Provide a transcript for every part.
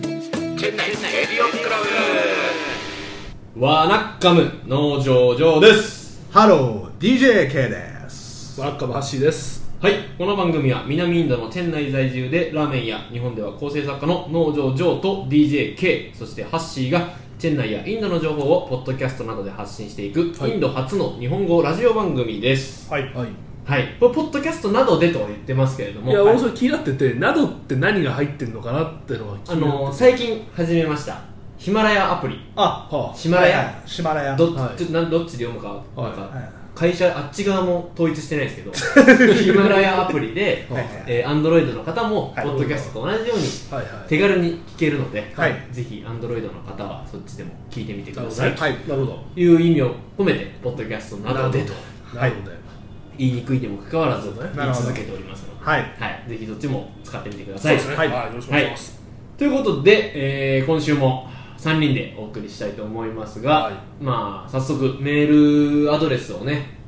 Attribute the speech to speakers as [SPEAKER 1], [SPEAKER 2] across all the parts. [SPEAKER 1] 店内エリオンクラブ
[SPEAKER 2] わなっかむ農場上です
[SPEAKER 3] ハロー DJK です
[SPEAKER 4] わなっかむはっしーです
[SPEAKER 2] はいこの番組は南インドの店内在住でラーメンや日本では構成作家の農場上と DJK そしてハッシーが店内やインドの情報をポッドキャストなどで発信していく、はい、インド初の日本語ラジオ番組です
[SPEAKER 4] はい、はい
[SPEAKER 2] はい、ポッドキャストなどでとは言ってますけれども
[SPEAKER 4] いや、
[SPEAKER 2] はい、
[SPEAKER 4] 俺それ気になっててなどって何が入ってるのかなってのは
[SPEAKER 2] あの最近始めましたヒマラヤアプリ
[SPEAKER 3] あ、は
[SPEAKER 2] あ、ヒマラヤ、
[SPEAKER 3] ヒマラヤ
[SPEAKER 2] ど,、はい、などっちで読むか,、なんか会社あっち側も統一してないですけ どヒマラヤアプリでアンドロイドの方もポッドキャストと同じように手軽に聞けるので、はい、ぜひアンドロイドの方はそっちでも聞いてみてください、
[SPEAKER 4] はい、なるほど
[SPEAKER 2] いう意味を込めてポッドキャストなどでと
[SPEAKER 4] なるほど、はい
[SPEAKER 2] 言いにくいにもかかわらず言い続けておりますので、
[SPEAKER 3] はい、
[SPEAKER 2] はい、ぜひどっちも使ってみてください。、
[SPEAKER 4] ね、はい、はい、よろしくお願いします。はい
[SPEAKER 2] ということで、えー、今週も3人でお送りしたいと思いますが、はい、まあ早速メールアドレスをね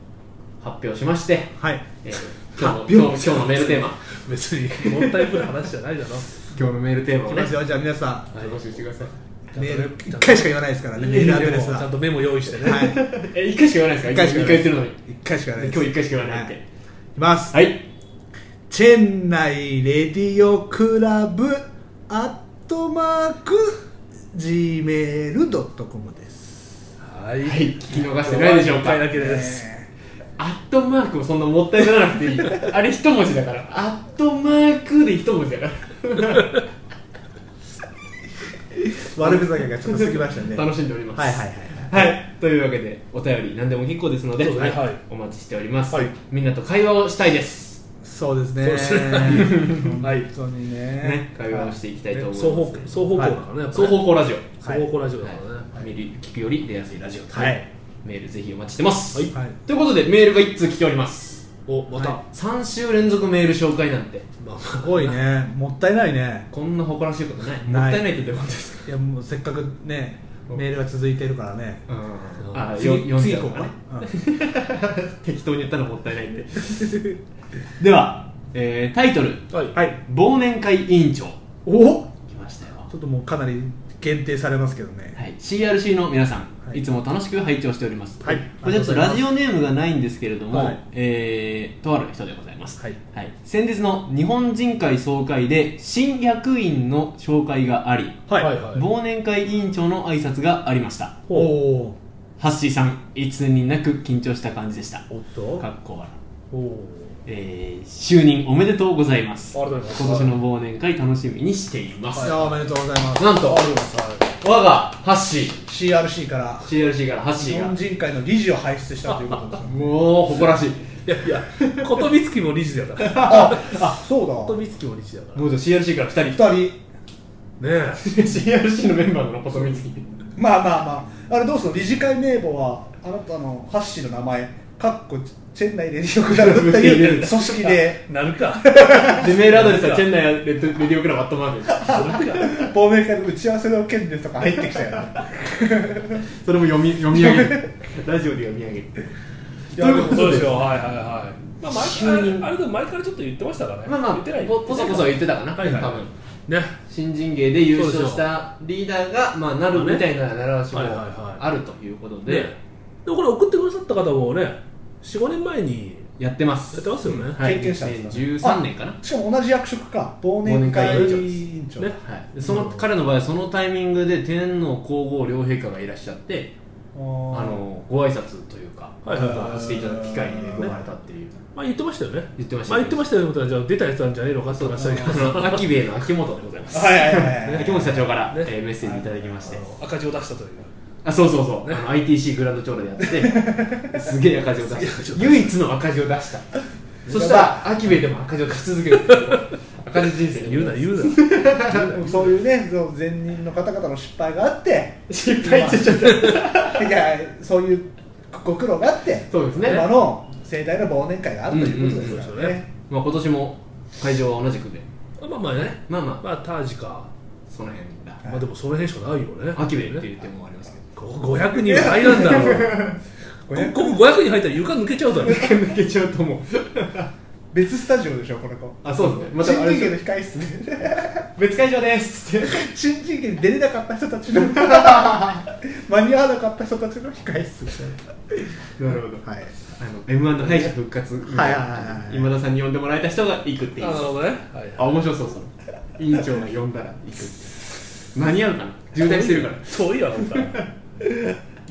[SPEAKER 2] 発表しまして、
[SPEAKER 3] はい、
[SPEAKER 2] えー、今日の今日のメールテーマ
[SPEAKER 4] 別に問題プな話じゃないだろ。
[SPEAKER 2] 今日のメールテーマを
[SPEAKER 3] ね。じゃあ皆さ
[SPEAKER 2] ん、はい、募集してください。
[SPEAKER 3] メール1回しか言わないですからね、メールアドレスは。
[SPEAKER 4] ちゃんとメモ用意してね。
[SPEAKER 3] はい、
[SPEAKER 2] え1回しか言わないですか ?1 回しか言ってるのに。
[SPEAKER 3] 1回しか言わない
[SPEAKER 2] 今日1回しか言わないって。はい、い
[SPEAKER 3] ます。
[SPEAKER 2] はい。
[SPEAKER 3] チェンナイレディオクラブアットマーク Gmail.com です。
[SPEAKER 2] はい。聞き逃してないでしょう
[SPEAKER 4] 1
[SPEAKER 2] か。
[SPEAKER 4] 回だけです。
[SPEAKER 2] アットマークもそんなもったいならなく ていい。あれ一文字だから。アットマークで一文字だから。
[SPEAKER 3] 悪ふざけがちょっと過ぎましたね
[SPEAKER 2] 楽しんでおります
[SPEAKER 3] はいはい
[SPEAKER 2] はい、はい、はい、というわけでお便り何でも結構ですので、
[SPEAKER 4] ね、はい、
[SPEAKER 2] お待ちしております、はい、みんなと会話をしたいです
[SPEAKER 3] そうですね
[SPEAKER 4] はい
[SPEAKER 3] 本当にね、
[SPEAKER 2] ね、会話をしていきたいと思います、
[SPEAKER 4] ね、双方向だからね
[SPEAKER 2] 双方向ラジ
[SPEAKER 4] オ双方向ラジオだからね、
[SPEAKER 2] 見る聞くより出やすいラジオ
[SPEAKER 3] はい、
[SPEAKER 2] メールぜひお待ちしてます、はい、ということでメールが1通来ております、
[SPEAKER 4] おまた、はい
[SPEAKER 2] 3週連続メール紹介なんて、
[SPEAKER 3] まあ、すごいねもったいないね
[SPEAKER 2] こんな誇らしいことないもったいないってどういうことです
[SPEAKER 3] かいやもうせっかくねメールが続いてるからね、
[SPEAKER 2] うん、あよ読ん
[SPEAKER 3] じゃうからね、
[SPEAKER 2] うん、適当に言ったのもったいないんででは、えー、タイトル、
[SPEAKER 3] はい、
[SPEAKER 2] 忘年会委員長
[SPEAKER 3] お
[SPEAKER 2] 来ましたよ
[SPEAKER 3] ちょっともうかなり限定されますけどね、
[SPEAKER 2] はい、CRC の皆さんはい、いつも楽しく拝聴しております、
[SPEAKER 3] はい、
[SPEAKER 2] これちょっとラジオネームがないんですけれども、はい、えー、とある人でございます、
[SPEAKER 3] はい、
[SPEAKER 2] はい、先日の日本人会総会で新役員の紹介があり、
[SPEAKER 3] はい、
[SPEAKER 2] 忘年会委員長の挨拶がありました
[SPEAKER 3] おお
[SPEAKER 2] ハッシーさんいつになく緊張した感じでした
[SPEAKER 3] おっと
[SPEAKER 2] かっこ笑
[SPEAKER 3] おお
[SPEAKER 2] えー、就任おめでとうございます
[SPEAKER 4] 今年
[SPEAKER 2] の忘年会楽しみにしています、
[SPEAKER 3] おめでとうございます
[SPEAKER 2] なんと我がハッシ
[SPEAKER 3] ー CRC から
[SPEAKER 2] CRC からハッシー
[SPEAKER 3] が日本人会の理事を輩出したということです
[SPEAKER 2] もう誇らしい
[SPEAKER 4] いやいやことみつきも理事だから
[SPEAKER 3] ああそうだ
[SPEAKER 4] ことみつきも理事だから
[SPEAKER 2] もうじゃあ CRC から2
[SPEAKER 3] 人2人ね
[SPEAKER 4] え
[SPEAKER 2] CRC のメンバーなのこと みつき
[SPEAKER 3] まあまあまああれどうする理事会名簿はあなたのハッシーの名前かっこチェンナイレディオクラブっていう組織 で
[SPEAKER 4] なるか
[SPEAKER 2] でメールアドレスはチェンナイレディオクラブアットマーク
[SPEAKER 3] 忘年会の打ち合わせの件ですとか入ってきたよ、ね、
[SPEAKER 2] それも読み読み上げる ラジオで読み上げる
[SPEAKER 4] ということですよはいはいはいまあ前からあれでも前からちょっと言ってましたからね
[SPEAKER 2] まあまあ
[SPEAKER 4] 言って
[SPEAKER 2] ないポソポソ言ってたかな、
[SPEAKER 4] はいはい、多分
[SPEAKER 2] ね、新人芸で優勝したリーダーが、まあ、なるみたいな習わしもあるということで、
[SPEAKER 4] ね、でもこれ送ってくださった方もね45年前に
[SPEAKER 2] やってます
[SPEAKER 4] やってますよね、うん、
[SPEAKER 2] はい、経験者2013年かな
[SPEAKER 3] しかも同じ役職か忘年会委員長
[SPEAKER 2] ね、はい、その、うん、彼の場合はそのタイミングで天皇皇后両陛下がいらっしゃってあのご挨拶というか、
[SPEAKER 4] はいはい、
[SPEAKER 2] していただく機会に恵まれたっていう、ね、
[SPEAKER 4] まあ言ってましたよね
[SPEAKER 2] 言ってました、
[SPEAKER 4] まあ、言ってましたよことはじゃあ出たやつなんじゃねえのかって話だけ
[SPEAKER 2] ど秋兵衛の秋元でございます
[SPEAKER 3] はいはいはい、はい、
[SPEAKER 2] 秋元社長から、ねえー、メッセージいただきまして、はい、
[SPEAKER 4] 赤字を出したという
[SPEAKER 2] あそうそうそう、ね、ITC グランド調理でや ってすげえ赤字を出した唯一の赤字を出したそしたらアキベでも赤字を出し続ける 赤字人生
[SPEAKER 4] 言うな言う
[SPEAKER 3] なそういうね前任の方々の失敗があって
[SPEAKER 2] 失敗って言っちゃった
[SPEAKER 3] いやそういうご苦労があって
[SPEAKER 2] そうですね
[SPEAKER 3] 今の盛大な忘年会があるということですからね,うんうんうんね、
[SPEAKER 2] まあ、今年も会場は同じくで
[SPEAKER 4] まあまあね
[SPEAKER 2] まあまあ
[SPEAKER 4] まあタージか
[SPEAKER 2] その辺だ、
[SPEAKER 4] まあでもその辺しかないよね
[SPEAKER 2] アキベって言ってもありますけど
[SPEAKER 4] 500人入らんだ ろうここ500人入ったら床抜けちゃうだろ
[SPEAKER 2] 抜けちゃうと思う
[SPEAKER 3] 別スタジオでしょこの子
[SPEAKER 2] あそうですね
[SPEAKER 3] 新人芸の控え室で
[SPEAKER 2] 別会場ですっつって
[SPEAKER 3] 新人芸に出れなかった人た ちの間に合わなかった人たちの控え室
[SPEAKER 2] なるほど
[SPEAKER 3] はい
[SPEAKER 2] あの m 1の敗者復活みたいな
[SPEAKER 3] はいはいはいはい
[SPEAKER 2] 今田さんに呼んでもらえた人が行くってい
[SPEAKER 4] な
[SPEAKER 2] う
[SPEAKER 4] るほどね。はい
[SPEAKER 2] あ面白そうそれ委員長が呼んだら行くって間に合うかな渋滞してるから
[SPEAKER 4] 遠いわ、本当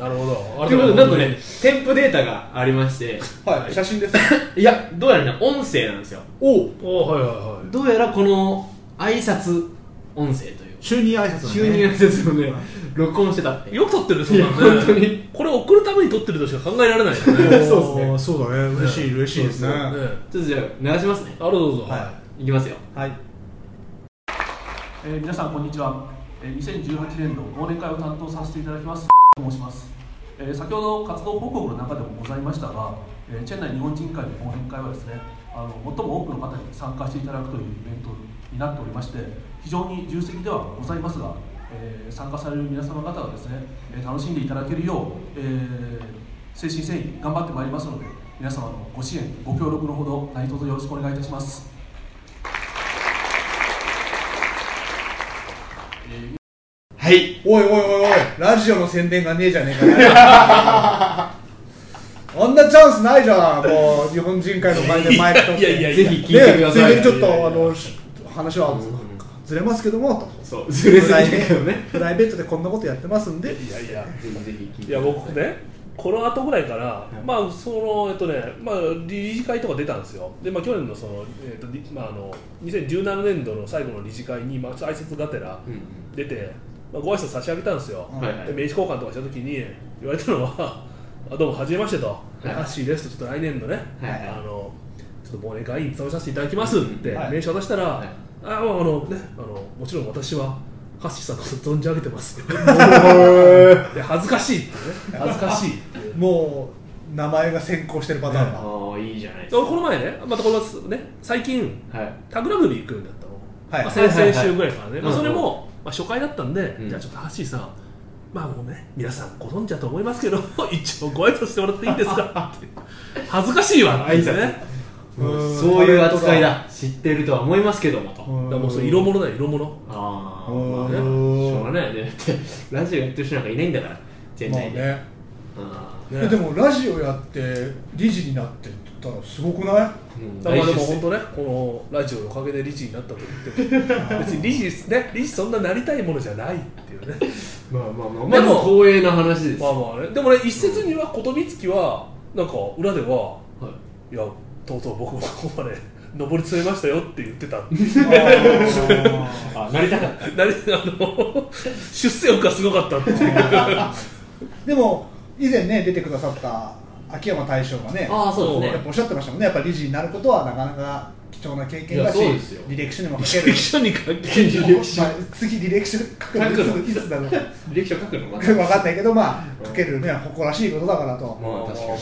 [SPEAKER 4] なるほど。
[SPEAKER 2] ということでなんとね添付データがありまして
[SPEAKER 3] はい写真です
[SPEAKER 2] いやどうやらね音声なんですよ
[SPEAKER 3] おう
[SPEAKER 4] おはいはいは
[SPEAKER 2] どうやらこの挨拶音声という
[SPEAKER 5] 就任挨拶
[SPEAKER 2] 急に挨拶をね録音してたって
[SPEAKER 4] い。よく撮ってるね、そんなの
[SPEAKER 2] いや本当に
[SPEAKER 4] ね。これ送るために撮ってるとしか考えられないよね。ね
[SPEAKER 5] そうですねそうだね嬉しい嬉しいですね
[SPEAKER 3] そう
[SPEAKER 4] あ
[SPEAKER 2] ちょっとじゃあ流しますね
[SPEAKER 4] るどうぞ。
[SPEAKER 3] はい
[SPEAKER 2] きますよ
[SPEAKER 3] はい
[SPEAKER 6] えー皆さんこんにちは、えー2018年の忘年会を担当させていただきますと申します、えー先ほど活動報告の中でもございましたが、えーチェン内日本人会の忘年会はですねあの最も多くの方に参加していただくというイベントになっておりまして非常に重責ではございますが、えー参加される皆様方がですね、えー楽しんでいただけるよう、えー誠心誠意頑張ってまいりますので皆様のご支援ご協力のほど何卒よろしくお願いいたします
[SPEAKER 2] はい
[SPEAKER 3] おいおいおいおいラジオの宣伝がねえじゃねえかよ あんなチャンスないじゃんもう日本人会の前でマイク取って
[SPEAKER 4] いやいやいや
[SPEAKER 2] ぜひ聞いてくだ
[SPEAKER 3] ねつい
[SPEAKER 2] さ
[SPEAKER 3] で
[SPEAKER 2] い
[SPEAKER 3] にちょっとあのし話はずれますけどもと
[SPEAKER 2] そう ずれすぎたけどね
[SPEAKER 3] プライベートでこんなことやってますんで
[SPEAKER 4] いやいや。
[SPEAKER 2] ぜひぜひ聞い
[SPEAKER 4] い
[SPEAKER 2] て
[SPEAKER 4] や
[SPEAKER 2] くださ
[SPEAKER 4] 僕ねこの後ぐらいから、まあそのえっとねまあ理事会とか出たんですよでまあ去年のそのえっとりまああの2017年度の最後の理事会にまあ挨拶がてら
[SPEAKER 2] うんうん
[SPEAKER 4] 出て、まあ、ご挨拶差し上げたんですよ、
[SPEAKER 2] はいはい
[SPEAKER 4] で名刺交換とかした時に言われたのは 「あどうもはじめまして」と「
[SPEAKER 2] い
[SPEAKER 4] ハッシーです」と「ちょっと来年のね、
[SPEAKER 2] はいはい
[SPEAKER 4] あのちょっと忘年会に勤めさせていただきます」って
[SPEAKER 3] うんはい
[SPEAKER 4] 名刺渡したら「
[SPEAKER 2] い
[SPEAKER 4] あまああのねあのもちろん私はハッシーさんのこと存じ上げてます」いや恥ずかしいってね恥ずかしいって いう
[SPEAKER 3] もう名前が先行してるパターンだ、
[SPEAKER 2] ああいいじゃないです
[SPEAKER 4] この前ねまたこのね最近
[SPEAKER 2] かはい
[SPEAKER 4] タグラグビー行くんだったの、
[SPEAKER 3] はい
[SPEAKER 4] まあ、先々週ぐらいからね、
[SPEAKER 2] い
[SPEAKER 4] まあ、それ
[SPEAKER 2] うん
[SPEAKER 4] も、まあ、初回だったんで、
[SPEAKER 2] うん
[SPEAKER 4] じゃあちょっとハッシーさんまあもうね皆さんご存知だと思いますけど 一応ご挨拶してもらっていいですかって恥ずかしいわって言ってね
[SPEAKER 3] うん
[SPEAKER 2] そういう扱いだ知ってるとは思いますけどもと
[SPEAKER 4] だからもうそれ色物だよ色物
[SPEAKER 2] ああ
[SPEAKER 3] うん
[SPEAKER 2] まあねしょうがないよねだってラジオやってる人なんかいないんだから全
[SPEAKER 3] まあ
[SPEAKER 2] 体で
[SPEAKER 3] ね
[SPEAKER 2] あ
[SPEAKER 4] ね
[SPEAKER 3] でもラジオやって理事になってたらすごくない
[SPEAKER 2] ーうん
[SPEAKER 4] だからでも
[SPEAKER 2] 大出
[SPEAKER 4] 本
[SPEAKER 2] 世
[SPEAKER 4] 当ね、このラジオのおかげで理事になったと言っても、別に理事ですね、理事そんななりたいものじゃないっていうね、
[SPEAKER 2] まあまあまあ
[SPEAKER 4] でも
[SPEAKER 2] まあ光栄な話です
[SPEAKER 4] まあまあね、でもね、一説には、ことみつきは、なんか裏では、
[SPEAKER 2] はい
[SPEAKER 4] いや、とうとう僕もここまで上り詰めましたよって言ってた、
[SPEAKER 2] あなりたかった
[SPEAKER 4] なりあの出世欲がすごかった っていう、
[SPEAKER 3] でも以前ね出てくださった秋山大将がね
[SPEAKER 2] ああそうです
[SPEAKER 3] やっ
[SPEAKER 2] ね
[SPEAKER 3] ぱおっしゃってましたもんねやっぱ理事になることはなかなか貴重な経験だし
[SPEAKER 2] いやそうですよ
[SPEAKER 3] 履歴書にも書ける
[SPEAKER 4] 一緒に関係
[SPEAKER 2] 履歴書
[SPEAKER 3] まあ次履歴書書くのい
[SPEAKER 2] 書くの
[SPEAKER 3] ついつだろう
[SPEAKER 2] 履歴書書くのま
[SPEAKER 3] 分かんないけどまあ書けるね誇らしいことだからと
[SPEAKER 2] まあ確かに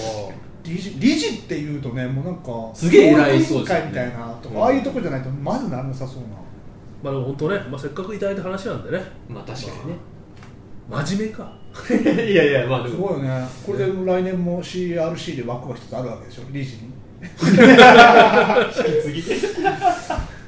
[SPEAKER 3] 理事理事っていうとねもうなんか
[SPEAKER 2] すげえ偉いそう
[SPEAKER 3] 委員
[SPEAKER 2] ですよね
[SPEAKER 3] 会みたいなとか、
[SPEAKER 2] うん
[SPEAKER 3] ああいうとこじゃないとまずならなさそうな
[SPEAKER 4] まあでも本当ね、まあ、せっかくいただいた話なんでね、
[SPEAKER 2] まあ確か
[SPEAKER 4] 真面目か、
[SPEAKER 2] にね いやいやまあですも
[SPEAKER 3] ごいよねこれで来年も CRC で枠が一つあるわけでしょ理事に
[SPEAKER 2] 次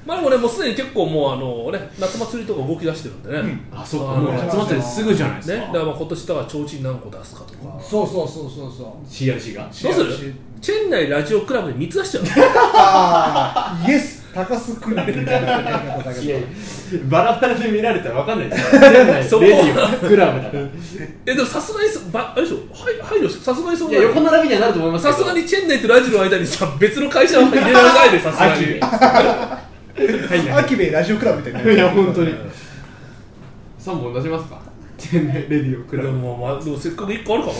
[SPEAKER 4] まあでもね、もうすでに結構もうあの、ね、夏祭りとか動き出してるんでね。
[SPEAKER 2] あそうか
[SPEAKER 4] あの
[SPEAKER 2] もう集まってすぐじゃないです
[SPEAKER 4] ね、だ
[SPEAKER 2] か
[SPEAKER 4] からまあ今年だから提灯何個出すかとかどう
[SPEAKER 3] そうそうそうそうそう
[SPEAKER 2] CRC が
[SPEAKER 4] する
[SPEAKER 3] CRC
[SPEAKER 4] チェン内ラジオクラブで3つ出しちゃうの
[SPEAKER 3] ああイエス高須クリみたいなやり方だけ
[SPEAKER 2] いやい
[SPEAKER 3] ど
[SPEAKER 2] やバラバラで見られたらわかんないですよ全内
[SPEAKER 4] そこ
[SPEAKER 2] レディオクラブだから
[SPEAKER 4] えでもさすがにそばあれでしょはい配慮してさすがにそう
[SPEAKER 2] いや横並びにはなると思いますけ
[SPEAKER 4] さ
[SPEAKER 2] ど
[SPEAKER 4] すがにチェン内とラジオの間にさ別の会社は入れられないでさすがに
[SPEAKER 2] はい
[SPEAKER 3] アキベイラジオクラブみたいな
[SPEAKER 2] いや本 当に3本出しますか 天然レディオク
[SPEAKER 4] で
[SPEAKER 2] ラブ
[SPEAKER 4] も,、まあ、でもせっかく1個あるからね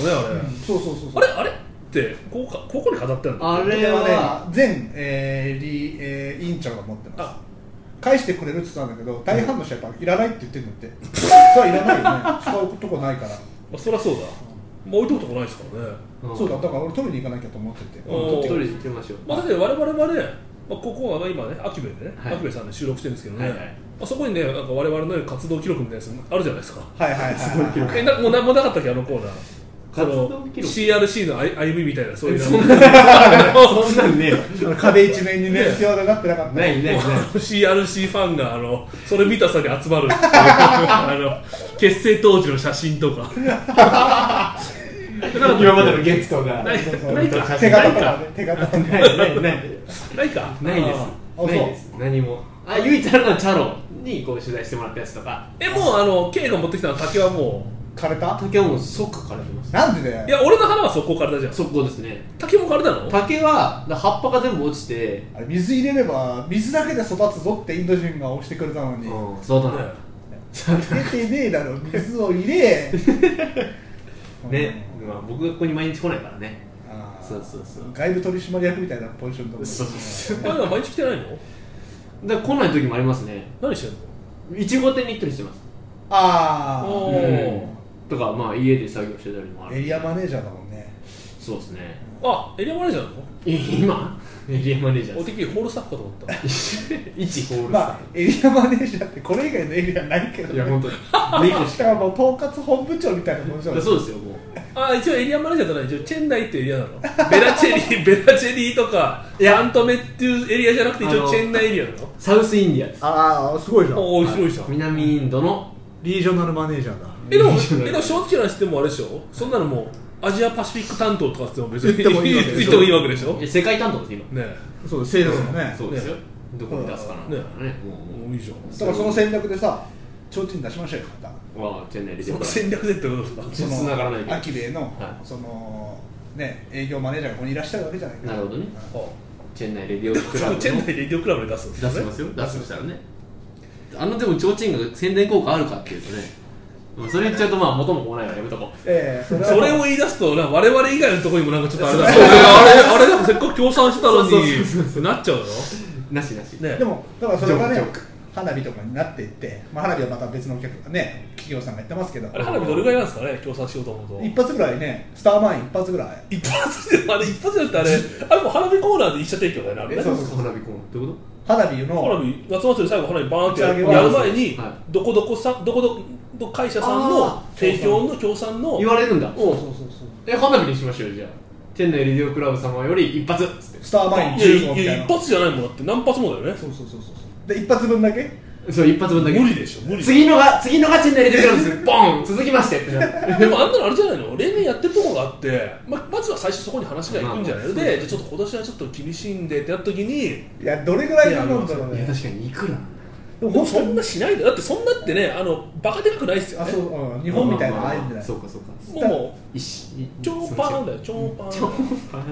[SPEAKER 3] そうそうそう
[SPEAKER 4] あ
[SPEAKER 3] そう
[SPEAKER 4] れ、あれあれってこうかここに飾ってあるの
[SPEAKER 2] あ
[SPEAKER 3] こ
[SPEAKER 2] れ
[SPEAKER 3] れは
[SPEAKER 2] は
[SPEAKER 3] ね全、えー理えー委員長が持ってます
[SPEAKER 4] あ
[SPEAKER 3] 返してくれるって言ったんだけど大半の人はやっぱいらないって言ってるのって それはいらないよね使うとこないから
[SPEAKER 4] まあ、そりゃそうだ、まあ、置いとくとこないですからね
[SPEAKER 3] そうだだから俺取りに行かなきゃと思ってて
[SPEAKER 4] うん
[SPEAKER 2] 取りに行きましょう
[SPEAKER 4] まあ、だって我々はね、まあ、ここは今ね、アキベでね、
[SPEAKER 2] はい
[SPEAKER 4] アキベさんで収録してるんですけどね、
[SPEAKER 2] はいはい
[SPEAKER 4] まあ、そこにね、なんか我々の活動記録みたいなやつあるじゃないですか。
[SPEAKER 3] はいはいはい、はい、
[SPEAKER 4] えなもうなんもなかったっけ、あのコーナー。その CRC のあ歩みみたいなそういう
[SPEAKER 2] そん
[SPEAKER 4] な
[SPEAKER 2] なん そんなんねえわ
[SPEAKER 3] あの壁一面にね手輪がなってなかった
[SPEAKER 2] ないないない
[SPEAKER 4] CRC ファンがあのそれ見た際に集まるっていう あの結成当時の写真とかなんか
[SPEAKER 2] 今までのゲットが
[SPEAKER 4] ない
[SPEAKER 3] そうそう
[SPEAKER 4] ないか
[SPEAKER 3] 手
[SPEAKER 4] な
[SPEAKER 3] 形
[SPEAKER 4] い
[SPEAKER 3] とか
[SPEAKER 4] か
[SPEAKER 3] ね手形とか
[SPEAKER 2] ないないない
[SPEAKER 4] ないか
[SPEAKER 2] ないです
[SPEAKER 3] あーあ
[SPEAKER 2] ないです何もあ唯一あるのはチャロにこう取材してもらったやつとか
[SPEAKER 4] えもうあの K が持ってきたの竹はも
[SPEAKER 3] 枯れた
[SPEAKER 2] 竹はもう即枯れてます
[SPEAKER 3] なんでだよ
[SPEAKER 4] ういや俺の花は速攻からだじゃん
[SPEAKER 2] 速攻ですね
[SPEAKER 4] 竹も枯れたの
[SPEAKER 2] 竹はだ葉っぱが全部落ちて、
[SPEAKER 3] あれ水入れれば水だけで育つぞってインド人が押してくれたのに
[SPEAKER 2] うん、そうだ
[SPEAKER 4] ね
[SPEAKER 2] な
[SPEAKER 3] 出てねえだろ水を入れ
[SPEAKER 2] ね、まあ、僕がここに毎日来ないからね
[SPEAKER 3] あー
[SPEAKER 2] そうそうそう
[SPEAKER 3] 外部取締役みたいなポジションとか
[SPEAKER 2] そうそ
[SPEAKER 4] お前ら毎日来てないの
[SPEAKER 2] だから来ない時もありますね
[SPEAKER 4] 何してんの
[SPEAKER 2] 一号店に行ったりしてます
[SPEAKER 3] あ
[SPEAKER 4] お
[SPEAKER 3] あ
[SPEAKER 4] ー
[SPEAKER 2] とかまあ家で作業してたりもあ
[SPEAKER 3] エ
[SPEAKER 2] る
[SPEAKER 3] リアマネージャーだもんね
[SPEAKER 2] そうですね
[SPEAKER 4] あエリアマネージャーなの
[SPEAKER 2] 今エリアマネージャ
[SPEAKER 4] お
[SPEAKER 2] ー
[SPEAKER 4] てっきりホールスタッフかと思った
[SPEAKER 2] 一ホール
[SPEAKER 3] まあ
[SPEAKER 2] さ
[SPEAKER 3] エリアマネージャーってこれ以外のエリアないけど
[SPEAKER 2] んいや
[SPEAKER 3] ね
[SPEAKER 2] 本当に猫し
[SPEAKER 3] し
[SPEAKER 2] か
[SPEAKER 3] かももう統括本部長みたいなポジション
[SPEAKER 2] そうですよもう
[SPEAKER 4] あ一応エリアマネージャーだな一応チェンダイっていうエリアなのベラチェリーベラチェリーとかアントメっていうエリアじゃなくて一
[SPEAKER 2] あ
[SPEAKER 4] 応
[SPEAKER 2] の
[SPEAKER 4] チェンダイエリアなの
[SPEAKER 2] サウスインディアです
[SPEAKER 5] ああすごいじゃん
[SPEAKER 4] おお広いじゃん
[SPEAKER 2] 南インドの
[SPEAKER 5] リージョナルマネージャーだ
[SPEAKER 4] えでも
[SPEAKER 2] いいじゃない
[SPEAKER 4] えでも正直な話でもあれでしょそんなのもうアジアパシフィック担当とかっても別
[SPEAKER 5] 言ってもいいわけでしょ
[SPEAKER 4] 言ってもいいわけでしょ
[SPEAKER 2] い
[SPEAKER 4] ね
[SPEAKER 2] や世界担当です今
[SPEAKER 4] え
[SPEAKER 5] そうセールスもね
[SPEAKER 2] そうですよどこに出すかなんだからねもうも
[SPEAKER 4] もういいじゃん
[SPEAKER 3] だからその戦略でさ提灯出しましょうよまた
[SPEAKER 2] うわあチェンナイで
[SPEAKER 4] その戦略でってことですか
[SPEAKER 3] その
[SPEAKER 2] 繋がらないけど
[SPEAKER 3] アキベイの、
[SPEAKER 2] はい
[SPEAKER 3] そのね営業マネージャーがここにいらっしゃるわけじゃないか
[SPEAKER 2] なるほどね
[SPEAKER 4] あ
[SPEAKER 2] チェンナイレディオクラブの
[SPEAKER 4] チェンダイレディオクラブで出すんです
[SPEAKER 2] 出
[SPEAKER 4] よ
[SPEAKER 2] せ
[SPEAKER 4] ね
[SPEAKER 2] ますよ出すとしたらねあのでも提灯が宣伝効果あるかっていうとねまあそれ言っちゃうとまあ元も子もないわやめとこ
[SPEAKER 3] ええそれ
[SPEAKER 4] それ
[SPEAKER 3] は
[SPEAKER 4] を言い出すとな我々以外のところにもなんかちょっと あれだ
[SPEAKER 2] そう
[SPEAKER 4] あれあれなんかせっかく協賛してたの
[SPEAKER 2] そうそうそう
[SPEAKER 4] になっちゃうの
[SPEAKER 2] う なしなし
[SPEAKER 4] ね
[SPEAKER 3] でもだからそれが
[SPEAKER 2] ジ
[SPEAKER 3] ね
[SPEAKER 2] ョークジョー
[SPEAKER 3] 花火とかになっていって、まあ、花火はまた別のお客ね企業さんがやってますけど
[SPEAKER 4] あれ花火どれぐらいなんですかね協賛しようと思うと
[SPEAKER 3] 一発ぐらいねスターマイン一発ぐらい
[SPEAKER 4] 一発であれ一発だってあれあれもう花火コーナーで一社提供だよねあれね
[SPEAKER 3] そう
[SPEAKER 2] そう花火コーナーってこと
[SPEAKER 3] 花火の
[SPEAKER 4] 花火夏祭り最後花火バーンってや
[SPEAKER 3] 打ち上
[SPEAKER 4] る
[SPEAKER 3] げは
[SPEAKER 4] やる前に
[SPEAKER 2] は
[SPEAKER 4] どこどこさんどこどこ会社さんの
[SPEAKER 2] あ
[SPEAKER 3] ー
[SPEAKER 4] 提供の協賛の
[SPEAKER 2] 言われるんだ
[SPEAKER 3] そうそうそうそう
[SPEAKER 2] え花火にしましょうよじゃあチェンナイレディオクラブ様より一発っつっ
[SPEAKER 3] スターマイ
[SPEAKER 4] い
[SPEAKER 3] ン
[SPEAKER 4] やい
[SPEAKER 3] 15
[SPEAKER 4] や
[SPEAKER 3] みたいない
[SPEAKER 4] 一発じゃないもんだって何発もだよね
[SPEAKER 3] そうそうそうそうで一発分だけ
[SPEAKER 2] てそう一発分だけ
[SPEAKER 4] 無理でしょ無理
[SPEAKER 2] 次のが次のがチェンナイレディオクラブですボン続きましてってなる
[SPEAKER 4] でもあんなのあれじゃないの例年やってるとこがあってままずは最初そこに話が行くんじゃないの
[SPEAKER 2] まあまあ
[SPEAKER 4] でじゃあちょっと今年はちょっと厳しいんでってなった時に
[SPEAKER 3] いやどれぐらいなんだろう
[SPEAKER 2] いや
[SPEAKER 3] ね
[SPEAKER 2] 確かにいくらなんだ
[SPEAKER 3] でも
[SPEAKER 4] でも
[SPEAKER 3] 本当
[SPEAKER 4] そん
[SPEAKER 3] に
[SPEAKER 4] なしないでだってそんなってねあのバカでかくないですよ
[SPEAKER 3] あ
[SPEAKER 4] ね
[SPEAKER 3] そう、うん、日本みたいなのああいうんじゃない
[SPEAKER 2] そうかそうか
[SPEAKER 4] もうも
[SPEAKER 2] 一
[SPEAKER 4] う超パーンだよ超パーンだ
[SPEAKER 2] 超
[SPEAKER 4] よ
[SPEAKER 2] パン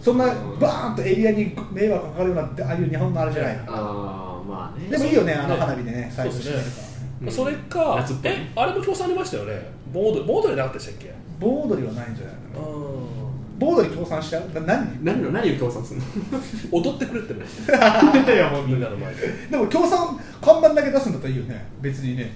[SPEAKER 3] そんなバーンとエリアに迷惑かかるようなああいう日本のあれじゃない
[SPEAKER 2] ああまあね
[SPEAKER 3] でもいいよね
[SPEAKER 4] そう
[SPEAKER 3] あの花火でね最後
[SPEAKER 4] そう
[SPEAKER 3] 締
[SPEAKER 4] です
[SPEAKER 3] め
[SPEAKER 4] ね
[SPEAKER 3] るからね
[SPEAKER 2] うん
[SPEAKER 4] それか
[SPEAKER 2] 夏っ、ぽい
[SPEAKER 4] え、あれも協賛ありましたよね、ボード、ボードになかったでしたっけ。
[SPEAKER 3] 盆踊りはないんじゃないの
[SPEAKER 4] 踊
[SPEAKER 3] 盆踊り協賛しちゃうだ 何
[SPEAKER 2] 何の何を協賛するの
[SPEAKER 4] ってくれってね、
[SPEAKER 3] いや
[SPEAKER 4] みんなの前 で。
[SPEAKER 3] でも協賛看板だけ出すんだったらいいよね別にね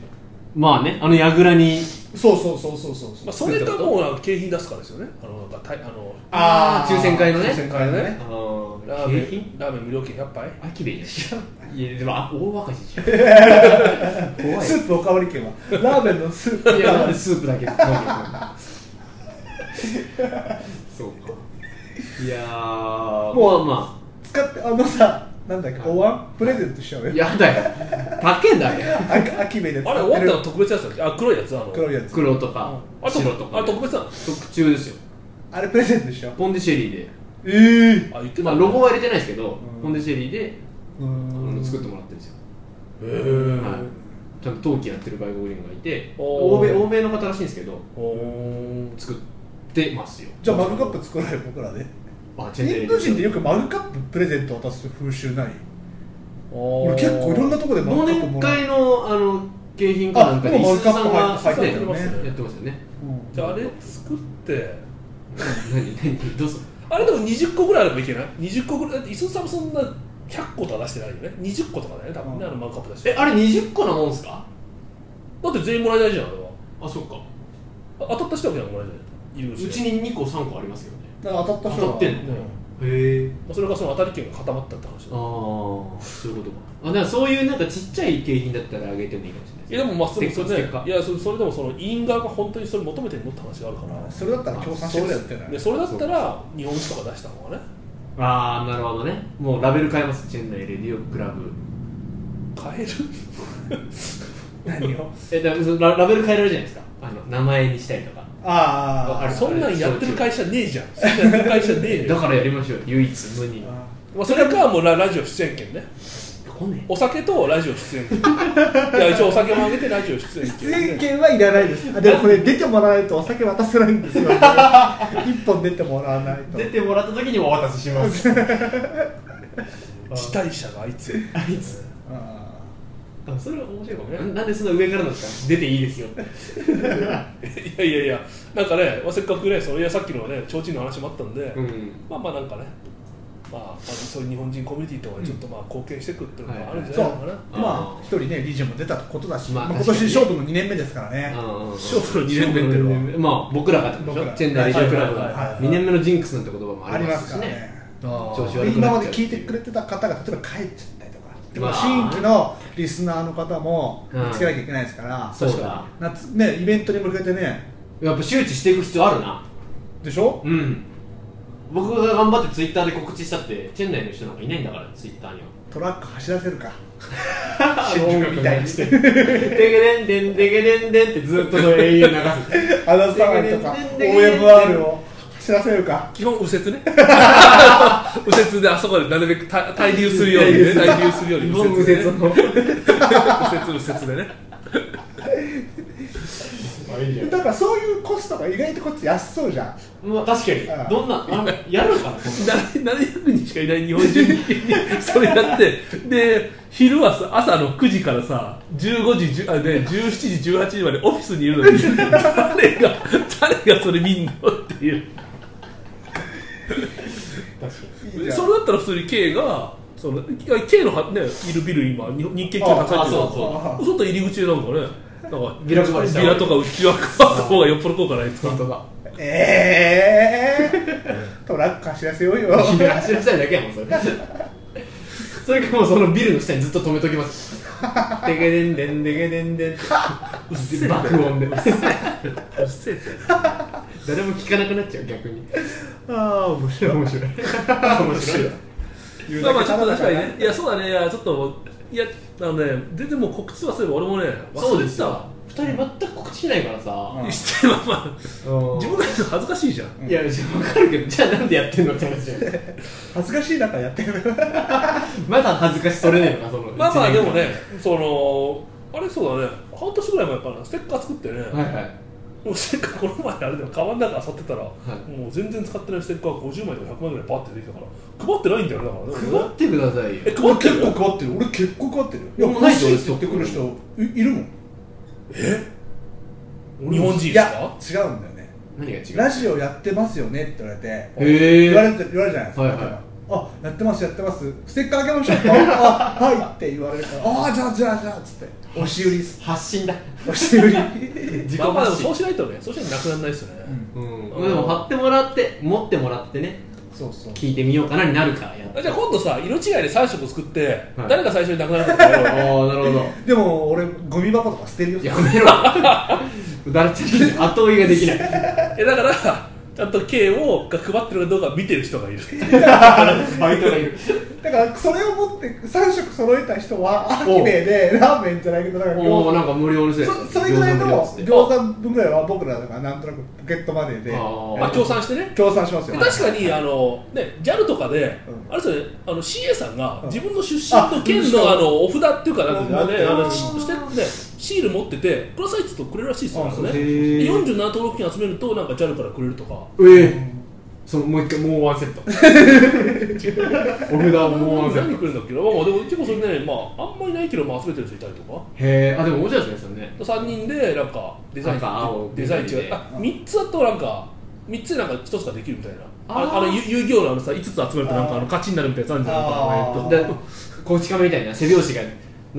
[SPEAKER 2] まあねあの櫓に
[SPEAKER 3] そうそうそうそうそう
[SPEAKER 4] まあ、それかもうなんか景品出すからですよね、あの、なんか、たい、あの。
[SPEAKER 2] あー抽選会のね
[SPEAKER 3] 抽選会の
[SPEAKER 2] あ
[SPEAKER 3] ね
[SPEAKER 2] の
[SPEAKER 4] ラーメンラーメン無料券100杯
[SPEAKER 2] 秋でいいじゃんいやでもあ大若しじゃん怖い
[SPEAKER 3] スープおかわり券はラーメンのスープ
[SPEAKER 2] いやなん
[SPEAKER 3] が
[SPEAKER 2] でスープだけ飲んでるのそうかいやー
[SPEAKER 3] もう
[SPEAKER 2] まあ
[SPEAKER 3] 使ってあのさなんだっけお椀プレゼントしちゃう
[SPEAKER 2] まあ
[SPEAKER 3] よ
[SPEAKER 2] やだよ高えんだよ
[SPEAKER 3] あ秋めで使
[SPEAKER 4] あれ
[SPEAKER 3] っ
[SPEAKER 4] 終わ
[SPEAKER 3] て
[SPEAKER 4] った
[SPEAKER 3] る
[SPEAKER 4] ら特別やつだっけあ黒いやつあの
[SPEAKER 3] 黒いやつ
[SPEAKER 2] 黒とか
[SPEAKER 4] あと
[SPEAKER 2] 白とか
[SPEAKER 4] あれ特別なの
[SPEAKER 2] 特注ですよ
[SPEAKER 3] あれプレゼントでしょ
[SPEAKER 2] ポンデシェリーで
[SPEAKER 3] ええ
[SPEAKER 4] あ言ってた
[SPEAKER 2] まあロゴは入れてないですけど
[SPEAKER 3] うん
[SPEAKER 2] ポンデシェリーであの作ってもらってるんですよ
[SPEAKER 4] へえ
[SPEAKER 2] はいちゃんと陶器やってる外国人がいて
[SPEAKER 4] おー
[SPEAKER 2] 欧米欧米の方らしいんですけど
[SPEAKER 4] お
[SPEAKER 2] 作ってますよ
[SPEAKER 3] じゃあマグカップ作ろうよ僕らで
[SPEAKER 2] あチェンジャー
[SPEAKER 3] インド人ってよくマグカッププレゼント渡す風習ない
[SPEAKER 4] お
[SPEAKER 3] 俺結構いろんなとこでマ
[SPEAKER 2] 忘
[SPEAKER 3] グカップ
[SPEAKER 2] 年
[SPEAKER 3] もらう
[SPEAKER 2] 会のあの景品かなんかで
[SPEAKER 3] あでも
[SPEAKER 2] 石津さんが
[SPEAKER 3] マグカップ入
[SPEAKER 4] って
[SPEAKER 2] ね
[SPEAKER 4] 入ってますね
[SPEAKER 2] やってますよね
[SPEAKER 3] うん
[SPEAKER 4] じゃああれ作って
[SPEAKER 2] 何何どうする
[SPEAKER 4] あれでも20個ぐらいあればいけない20個ぐらいだって磯津さんもそんな100個とか出してないよね20個とかだよね多分ね
[SPEAKER 3] う
[SPEAKER 4] あ
[SPEAKER 3] ん
[SPEAKER 4] のマグカップ出して
[SPEAKER 2] えあれ20個なもんすか
[SPEAKER 4] だって全員もらえないじゃんあれは
[SPEAKER 2] あそっか
[SPEAKER 4] あ当たった人はもらえない入り
[SPEAKER 2] う
[SPEAKER 4] 口で
[SPEAKER 2] ちに2個3個ありますよね
[SPEAKER 3] だから当たった人
[SPEAKER 2] 当たってんの
[SPEAKER 4] うん
[SPEAKER 2] へえ
[SPEAKER 4] まあ、それがその当たり券が固まったって話
[SPEAKER 2] ああそういうことかあだからそういうなんかちっちゃい景品だったらあげてもいいかもしれない
[SPEAKER 4] いやでもまあそれ
[SPEAKER 2] ス
[SPEAKER 4] そ
[SPEAKER 2] テッカー
[SPEAKER 4] れ
[SPEAKER 2] ス
[SPEAKER 4] ね
[SPEAKER 2] テッカー
[SPEAKER 4] いやそれそれでもその委員側が本当にそれ求めてるのって話があるから
[SPEAKER 3] それだったら協賛してくれよってな
[SPEAKER 4] でそれだったら日本酒とか出した方がね
[SPEAKER 2] ああなるほどねもうラベル変えますチェンナイレディオクラブ
[SPEAKER 4] 買える
[SPEAKER 3] 何を
[SPEAKER 2] えだからそのララベル変えられるじゃないですかあの名前にしたりとか
[SPEAKER 3] あ
[SPEAKER 2] あ
[SPEAKER 4] そんなんやってる会社ねえじゃんそんなんやってる会社ねえ
[SPEAKER 2] だ
[SPEAKER 4] よ、
[SPEAKER 2] からやりましょうよ唯一無二
[SPEAKER 3] あ
[SPEAKER 4] まあ、それかもうララジオ出演権ね
[SPEAKER 2] 来ね
[SPEAKER 4] お酒とラジオ出演 権いや一応お酒もあげてラジオ出演
[SPEAKER 5] 出演
[SPEAKER 4] 権
[SPEAKER 5] 権はいらないですあでもこれ出てもらわないとお酒渡せないんです よ
[SPEAKER 3] 一本出てもらわないと
[SPEAKER 2] 出てもらった時にお渡しします
[SPEAKER 4] 辞退者があいつ
[SPEAKER 2] あいつ
[SPEAKER 3] あ
[SPEAKER 2] あそれは面白いかもねななんでそんな上からなんですか出ていい ですよって
[SPEAKER 4] いやいやいやなんかね、まあ、せっかくねそのいやさっきのね提灯の話もあったんで、
[SPEAKER 2] うん
[SPEAKER 4] まあまあなんかねまあ、まあ、そういう日本人コミュニティとかにちょっとまあ貢献していくっていうのがあるんじゃ
[SPEAKER 3] そ
[SPEAKER 4] な
[SPEAKER 3] う
[SPEAKER 4] いのかな、
[SPEAKER 3] まあ一人ね理事も出たことだし、
[SPEAKER 2] ま
[SPEAKER 3] ま
[SPEAKER 2] あ確
[SPEAKER 3] あ、今
[SPEAKER 2] かに
[SPEAKER 3] 年勝負の2年目ですからね
[SPEAKER 2] 勝
[SPEAKER 4] 勝負の二年目っていうのは
[SPEAKER 2] まあ僕らがってことでし
[SPEAKER 3] 僕
[SPEAKER 2] ょ
[SPEAKER 3] ら
[SPEAKER 2] チェンナイレディオクラブ
[SPEAKER 4] はいはいはい
[SPEAKER 2] が
[SPEAKER 4] はい
[SPEAKER 2] 2年目のジンクスなんて言葉もあ
[SPEAKER 3] あ
[SPEAKER 2] り
[SPEAKER 3] り
[SPEAKER 2] ま
[SPEAKER 3] ますす
[SPEAKER 2] し
[SPEAKER 3] から
[SPEAKER 2] ね
[SPEAKER 3] ね
[SPEAKER 2] 調子
[SPEAKER 3] で
[SPEAKER 2] 悪く
[SPEAKER 3] 今
[SPEAKER 2] な
[SPEAKER 3] ま
[SPEAKER 2] っち
[SPEAKER 3] で
[SPEAKER 2] ゃう
[SPEAKER 3] 聞いてくれてた方が例えば帰っちゃったりとか、で
[SPEAKER 2] まあ
[SPEAKER 3] も新規のリスナーの方も見つけなきゃいけないですから、
[SPEAKER 2] んそうだ
[SPEAKER 3] 夏ねイベントに向けてね
[SPEAKER 2] やっぱ周知していく必要あるな
[SPEAKER 3] でしょ
[SPEAKER 2] うん僕が頑張ってツイッターで告知したってチェンナイの人なんかいないんだからツイッターには
[SPEAKER 3] トラック走らせる か新宿みたいにして
[SPEAKER 2] 「デゲデンデンデゲデンデン」ってずっとその永遠流す
[SPEAKER 3] アナサーとか
[SPEAKER 2] でででで
[SPEAKER 3] OMR を走らせるか
[SPEAKER 4] 基本右折ね 右折であそこでなるべく対 対流するようにね対流するように
[SPEAKER 2] 日本無
[SPEAKER 4] ね
[SPEAKER 2] 節の
[SPEAKER 4] 右折右折でね
[SPEAKER 3] だからそういうコストが意外とこっち安そうじゃん
[SPEAKER 2] まあ確かに
[SPEAKER 3] ああ
[SPEAKER 2] どんなあやるかな
[SPEAKER 4] 700人しかいない日本人に それやってで昼はさ朝の9時からさ15時10あ、ね、17時18時までオフィスにいるのに誰が誰がそれ見んのっていう
[SPEAKER 3] いいじゃん
[SPEAKER 4] それだったら普通に K がその K のは、ね、いるビル今日日系系が高いって
[SPEAKER 2] ああ
[SPEAKER 4] う外入り口でなんかねなんか
[SPEAKER 2] ビラ配りした
[SPEAKER 4] ビラとかうちわ配った方がよっぽど効果ないですか
[SPEAKER 2] 本当だ
[SPEAKER 3] えー、トラック走らせようよ
[SPEAKER 2] 君ら走らせたいだけやもんそれそれかもうそのビルの下にずっと止めときますデゲデンデンデゲデンデンって爆音で
[SPEAKER 4] うっせえって
[SPEAKER 2] 誰も聞かなくなっちゃう逆に
[SPEAKER 5] ああ面白い
[SPEAKER 2] 面白い面白い
[SPEAKER 3] 言う
[SPEAKER 4] まあ
[SPEAKER 3] だ
[SPEAKER 4] まあ
[SPEAKER 3] け
[SPEAKER 4] ちょっと確
[SPEAKER 3] だか
[SPEAKER 4] からに
[SPEAKER 3] ね
[SPEAKER 4] ね、いや、そうだね、いやちょっと、いや、あのね、全然もう告知はすれば、俺もね、
[SPEAKER 2] そうです
[SPEAKER 4] わ
[SPEAKER 2] よ。2人全く告知しないからさ、
[SPEAKER 3] うん
[SPEAKER 4] して、まあまあ、
[SPEAKER 2] 自
[SPEAKER 4] 自分がやるの恥ずかしいじゃん。
[SPEAKER 2] 分いや分かるけどじゃあなんでやってんのって話じゃん
[SPEAKER 3] 恥ずかしい中やってる
[SPEAKER 2] まだ恥ずかしそれねえのかその
[SPEAKER 4] まあまあ、
[SPEAKER 2] 一
[SPEAKER 4] で
[SPEAKER 2] 年
[SPEAKER 4] も
[SPEAKER 2] 間
[SPEAKER 4] ね、その、あれそうだね、半年ぐらい前からステッカー作ってね、
[SPEAKER 2] はいはい
[SPEAKER 4] もうステッカーこの前あれでも、カバンの中漁ってたら、もう全然使ってないステッカー50枚とか100枚ぐらいバッてできたから、配ってないんだよね、だからね。
[SPEAKER 2] 配ってくださいよ
[SPEAKER 4] え、配
[SPEAKER 3] 俺
[SPEAKER 4] って
[SPEAKER 3] 結
[SPEAKER 4] るの
[SPEAKER 3] 構変わってる俺結構変わってるいや
[SPEAKER 2] もうない
[SPEAKER 3] 欲しいって言ってくる人いいるもん
[SPEAKER 4] 日本人で
[SPEAKER 3] い
[SPEAKER 4] す
[SPEAKER 3] や
[SPEAKER 4] か
[SPEAKER 3] 違うんだよね
[SPEAKER 2] 何が違う
[SPEAKER 3] ラジオやってますよねって言われて
[SPEAKER 2] へー
[SPEAKER 3] 言われて言われるじゃないですか、
[SPEAKER 2] はいはい
[SPEAKER 3] 例えばあやってますやってますステッカーあげましょう ああはいって言われるからああじゃあじゃあじゃあっつって押し売りっす
[SPEAKER 2] 発信だ
[SPEAKER 3] 押し売り
[SPEAKER 2] 自己
[SPEAKER 4] まあまあ、でも
[SPEAKER 2] 発
[SPEAKER 4] そ
[SPEAKER 2] 信
[SPEAKER 4] うしないとね、そうしないとなくならないですよね。
[SPEAKER 2] うんまあでも貼ってもらって持ってもらってね
[SPEAKER 3] そうそう
[SPEAKER 2] 聞いてみようかなになるからやっ
[SPEAKER 4] あじゃあ今度さ、色違いで3色作って、
[SPEAKER 2] はい
[SPEAKER 4] 誰が最初になくなるかってやろうよ
[SPEAKER 2] ああなるほど
[SPEAKER 3] でも俺ゴミ箱とか捨てるよ
[SPEAKER 2] やめ ろだらちゃん後追いができない
[SPEAKER 4] えだからちゃんと K をが配ってるかどうか見てる人がいる
[SPEAKER 2] バイトがいる
[SPEAKER 3] だからそれを持って3色揃えた人はアキベイでラーメンじゃないけどなんか
[SPEAKER 2] おお
[SPEAKER 3] 餃
[SPEAKER 2] なんか無料にせ
[SPEAKER 3] 子そそれぐらいの
[SPEAKER 2] 餃
[SPEAKER 3] 餃
[SPEAKER 2] 子
[SPEAKER 3] 子分ぐらいは僕らだからなんとなくポケットマネーで
[SPEAKER 2] 無料っつって
[SPEAKER 4] まあ協賛してね
[SPEAKER 3] 協賛します
[SPEAKER 4] で
[SPEAKER 3] よ
[SPEAKER 4] 確かにあの、ね、JAL とかで、
[SPEAKER 3] うん
[SPEAKER 4] あれですよねあの CA さんが
[SPEAKER 3] うん
[SPEAKER 4] 自分の出身と県
[SPEAKER 3] あ
[SPEAKER 4] のあのお札っていうかなんか、
[SPEAKER 3] うん
[SPEAKER 4] ね、あのししてねシール持っててくださいって言うとくれるらしいですよ
[SPEAKER 3] あそう
[SPEAKER 2] へ
[SPEAKER 4] ねで
[SPEAKER 2] ー
[SPEAKER 4] 47登録券集めるとなんか JAL からくれるとか
[SPEAKER 2] ええそのもう一回もうワンセット
[SPEAKER 4] 何くれるんだっけな、まあまあ、で
[SPEAKER 2] お札をもうワンセット
[SPEAKER 4] も結構それね、まあ、あんまりないけど、まあ、集めてる人いたりとか
[SPEAKER 2] へえあでも面白いですねそれ
[SPEAKER 4] 3
[SPEAKER 2] ね
[SPEAKER 4] 人でなんかデザイン
[SPEAKER 2] 赤青
[SPEAKER 4] デザイン違
[SPEAKER 2] 緑
[SPEAKER 4] う
[SPEAKER 2] で
[SPEAKER 4] あ3つだとなんか3つでなんか1つができるみたいなあ
[SPEAKER 2] あー
[SPEAKER 4] あのゆ遊戯王のあのさ5つ集めるとなんかあの勝ちになるみたいなやつあるじゃん
[SPEAKER 3] あー
[SPEAKER 4] なんか
[SPEAKER 2] だこち亀みたいな背表紙が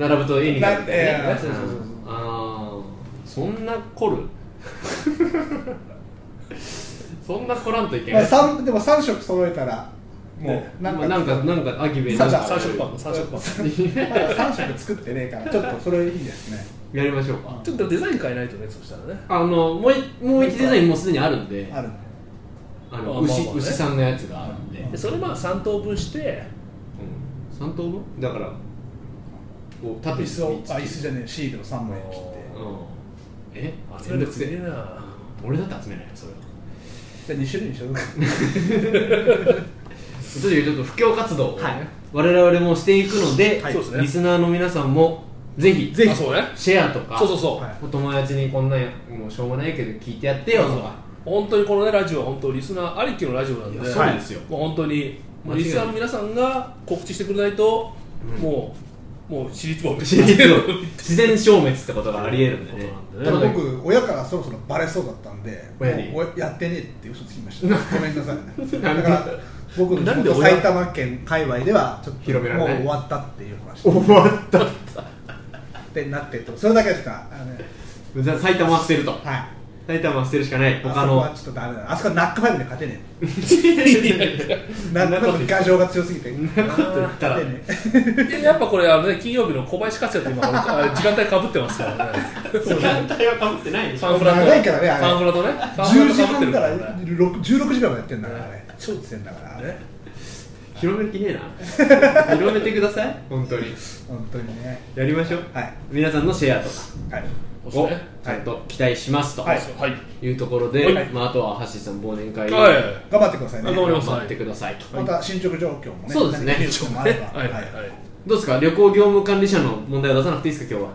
[SPEAKER 2] 並ぶと絵になるみたいな
[SPEAKER 3] な
[SPEAKER 2] ね
[SPEAKER 3] ええそうそうそうそう
[SPEAKER 2] あーそんな凝るそんな凝らんといけ
[SPEAKER 3] ま
[SPEAKER 2] な
[SPEAKER 3] あ、
[SPEAKER 2] い
[SPEAKER 3] 三でも3色揃えたらもう
[SPEAKER 2] なんかなんかなんかアキベ
[SPEAKER 3] サチャ
[SPEAKER 4] 三色パン三色パン
[SPEAKER 3] まだ3色作ってねえからちょっとそれいいです ね
[SPEAKER 2] やりましょうか
[SPEAKER 4] ちょっとデザイン変えないとねそしたらね
[SPEAKER 2] あのもういもう一デザインもうすでにあるんで
[SPEAKER 3] ある
[SPEAKER 2] あ
[SPEAKER 4] ま
[SPEAKER 2] の
[SPEAKER 4] あまあまあ
[SPEAKER 2] 牛
[SPEAKER 4] ね
[SPEAKER 2] 牛さんのやつがあるんで
[SPEAKER 4] でそれまあ3等分して
[SPEAKER 2] 三等分だからこう縦
[SPEAKER 3] 椅
[SPEAKER 2] に
[SPEAKER 3] 子をあ椅
[SPEAKER 2] 三つ
[SPEAKER 3] 子じゃねえシールを3枚切っ
[SPEAKER 2] うんえ
[SPEAKER 4] 集めるすげえな
[SPEAKER 2] 俺だって集めないよそれは
[SPEAKER 3] てじゃあ2種類にしようか
[SPEAKER 2] というちょっと布教活動をね、我々もしていくので,、
[SPEAKER 4] そうですね
[SPEAKER 2] リスナーの皆さんもぜひ
[SPEAKER 4] あそうね
[SPEAKER 2] シェアとか
[SPEAKER 4] そうそうそう、
[SPEAKER 2] お友達にこんなんやもうしょうがないけど聞いてやってよとか
[SPEAKER 4] 本当にこのねラジオは本当リスナーありきのラジオなんで
[SPEAKER 2] いやそうですよ
[SPEAKER 4] もう本当にもう
[SPEAKER 2] 間違いない
[SPEAKER 4] リスナーの皆さんが告知してくれないと、もうもう私立も
[SPEAKER 2] 自然消滅自然消滅ってことがありえるんでね
[SPEAKER 4] こと
[SPEAKER 3] た
[SPEAKER 4] な
[SPEAKER 3] だ
[SPEAKER 4] んでね
[SPEAKER 3] 僕親からそろそろバレそうだったんで
[SPEAKER 2] 親に
[SPEAKER 3] もうおやってねえって嘘つき ましたごめんなさい
[SPEAKER 2] なんで
[SPEAKER 3] だから僕の
[SPEAKER 4] なん
[SPEAKER 3] 地
[SPEAKER 4] で
[SPEAKER 3] 元
[SPEAKER 4] 親
[SPEAKER 3] 埼玉県界隈ではちょっと
[SPEAKER 2] 広めら
[SPEAKER 3] も
[SPEAKER 2] れ
[SPEAKER 3] う
[SPEAKER 2] ない
[SPEAKER 3] 終わったっていう話
[SPEAKER 2] 終わった
[SPEAKER 3] ってなってとそれだけですかあのね
[SPEAKER 2] じゃあ埼玉は捨てると
[SPEAKER 3] はい
[SPEAKER 2] 埼玉は捨てるしかない
[SPEAKER 3] あ
[SPEAKER 2] 他
[SPEAKER 3] そこ
[SPEAKER 2] の
[SPEAKER 3] はちょっとダメだあそこはナックファイブで勝てね
[SPEAKER 2] なんなこと言
[SPEAKER 3] えナックファイブの
[SPEAKER 2] っ
[SPEAKER 3] 牙城が強すぎて
[SPEAKER 2] たら
[SPEAKER 3] 勝てね え
[SPEAKER 4] でやっぱこれあの、ね、金曜日の小林克也と 今これあ時間帯かぶってますからね
[SPEAKER 2] 時間帯はかぶってないでしょ
[SPEAKER 4] サンフラと
[SPEAKER 3] 長いからねあれ
[SPEAKER 4] サンフラとねサンフ
[SPEAKER 3] 10
[SPEAKER 4] ラと
[SPEAKER 3] 時
[SPEAKER 4] かぶってる
[SPEAKER 3] 半か
[SPEAKER 4] から
[SPEAKER 3] ら
[SPEAKER 4] ね
[SPEAKER 3] 16 16時間までやってんだからね超強いんだから
[SPEAKER 4] ね
[SPEAKER 2] 広めきねえ な広めてください本当に
[SPEAKER 3] 本当にね
[SPEAKER 2] やりましょう
[SPEAKER 3] はい
[SPEAKER 2] 皆さんのシェアとか
[SPEAKER 3] はい
[SPEAKER 4] そう
[SPEAKER 2] を
[SPEAKER 4] ですね
[SPEAKER 2] ちゃんと期待しますと、
[SPEAKER 3] はい
[SPEAKER 4] はい
[SPEAKER 2] い、うところで、
[SPEAKER 4] はい
[SPEAKER 2] まあ、あとはハッシーさん忘年会を
[SPEAKER 4] はい
[SPEAKER 3] 頑張ってくださいね
[SPEAKER 4] 頑張り
[SPEAKER 2] 頑張ってくださいと、
[SPEAKER 3] また進捗状況もね
[SPEAKER 2] そうですね
[SPEAKER 3] 何かニュースもあれば
[SPEAKER 4] はいはいはい
[SPEAKER 2] どうですか旅行業務管理者の問題は出さなくていいですか今日は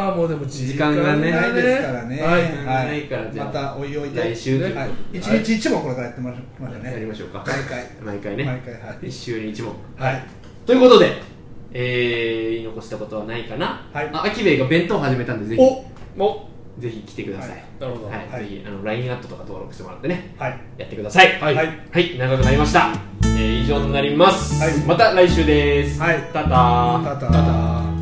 [SPEAKER 4] まあもうでも時
[SPEAKER 2] 時間がね
[SPEAKER 3] ないですからね。
[SPEAKER 4] はい
[SPEAKER 2] はいないからじゃあ
[SPEAKER 3] またおいおいで。
[SPEAKER 2] 来週ということで
[SPEAKER 3] はい。一日一問これからやってましょう。ましょう
[SPEAKER 2] やり
[SPEAKER 3] ね。
[SPEAKER 2] ましょうか
[SPEAKER 3] 毎回。
[SPEAKER 2] 毎回ね
[SPEAKER 3] 毎回はい
[SPEAKER 2] 一週に一問
[SPEAKER 3] はい。
[SPEAKER 2] ということで、えー、言い残したことはないかな、
[SPEAKER 3] はい
[SPEAKER 2] あアキベイが弁当を始めたんでぜ
[SPEAKER 3] お
[SPEAKER 4] お
[SPEAKER 2] ひぜひ来てください、
[SPEAKER 4] なるほど
[SPEAKER 2] はい
[SPEAKER 3] はい
[SPEAKER 2] ぜひあの LINE アットとか登録してもらってね
[SPEAKER 3] はい。
[SPEAKER 2] やってください
[SPEAKER 4] はい、
[SPEAKER 3] はい
[SPEAKER 2] はい、長くなりました、えー、以上になります、
[SPEAKER 3] はい
[SPEAKER 2] また来週です、
[SPEAKER 3] はい
[SPEAKER 2] タタ
[SPEAKER 3] ただ。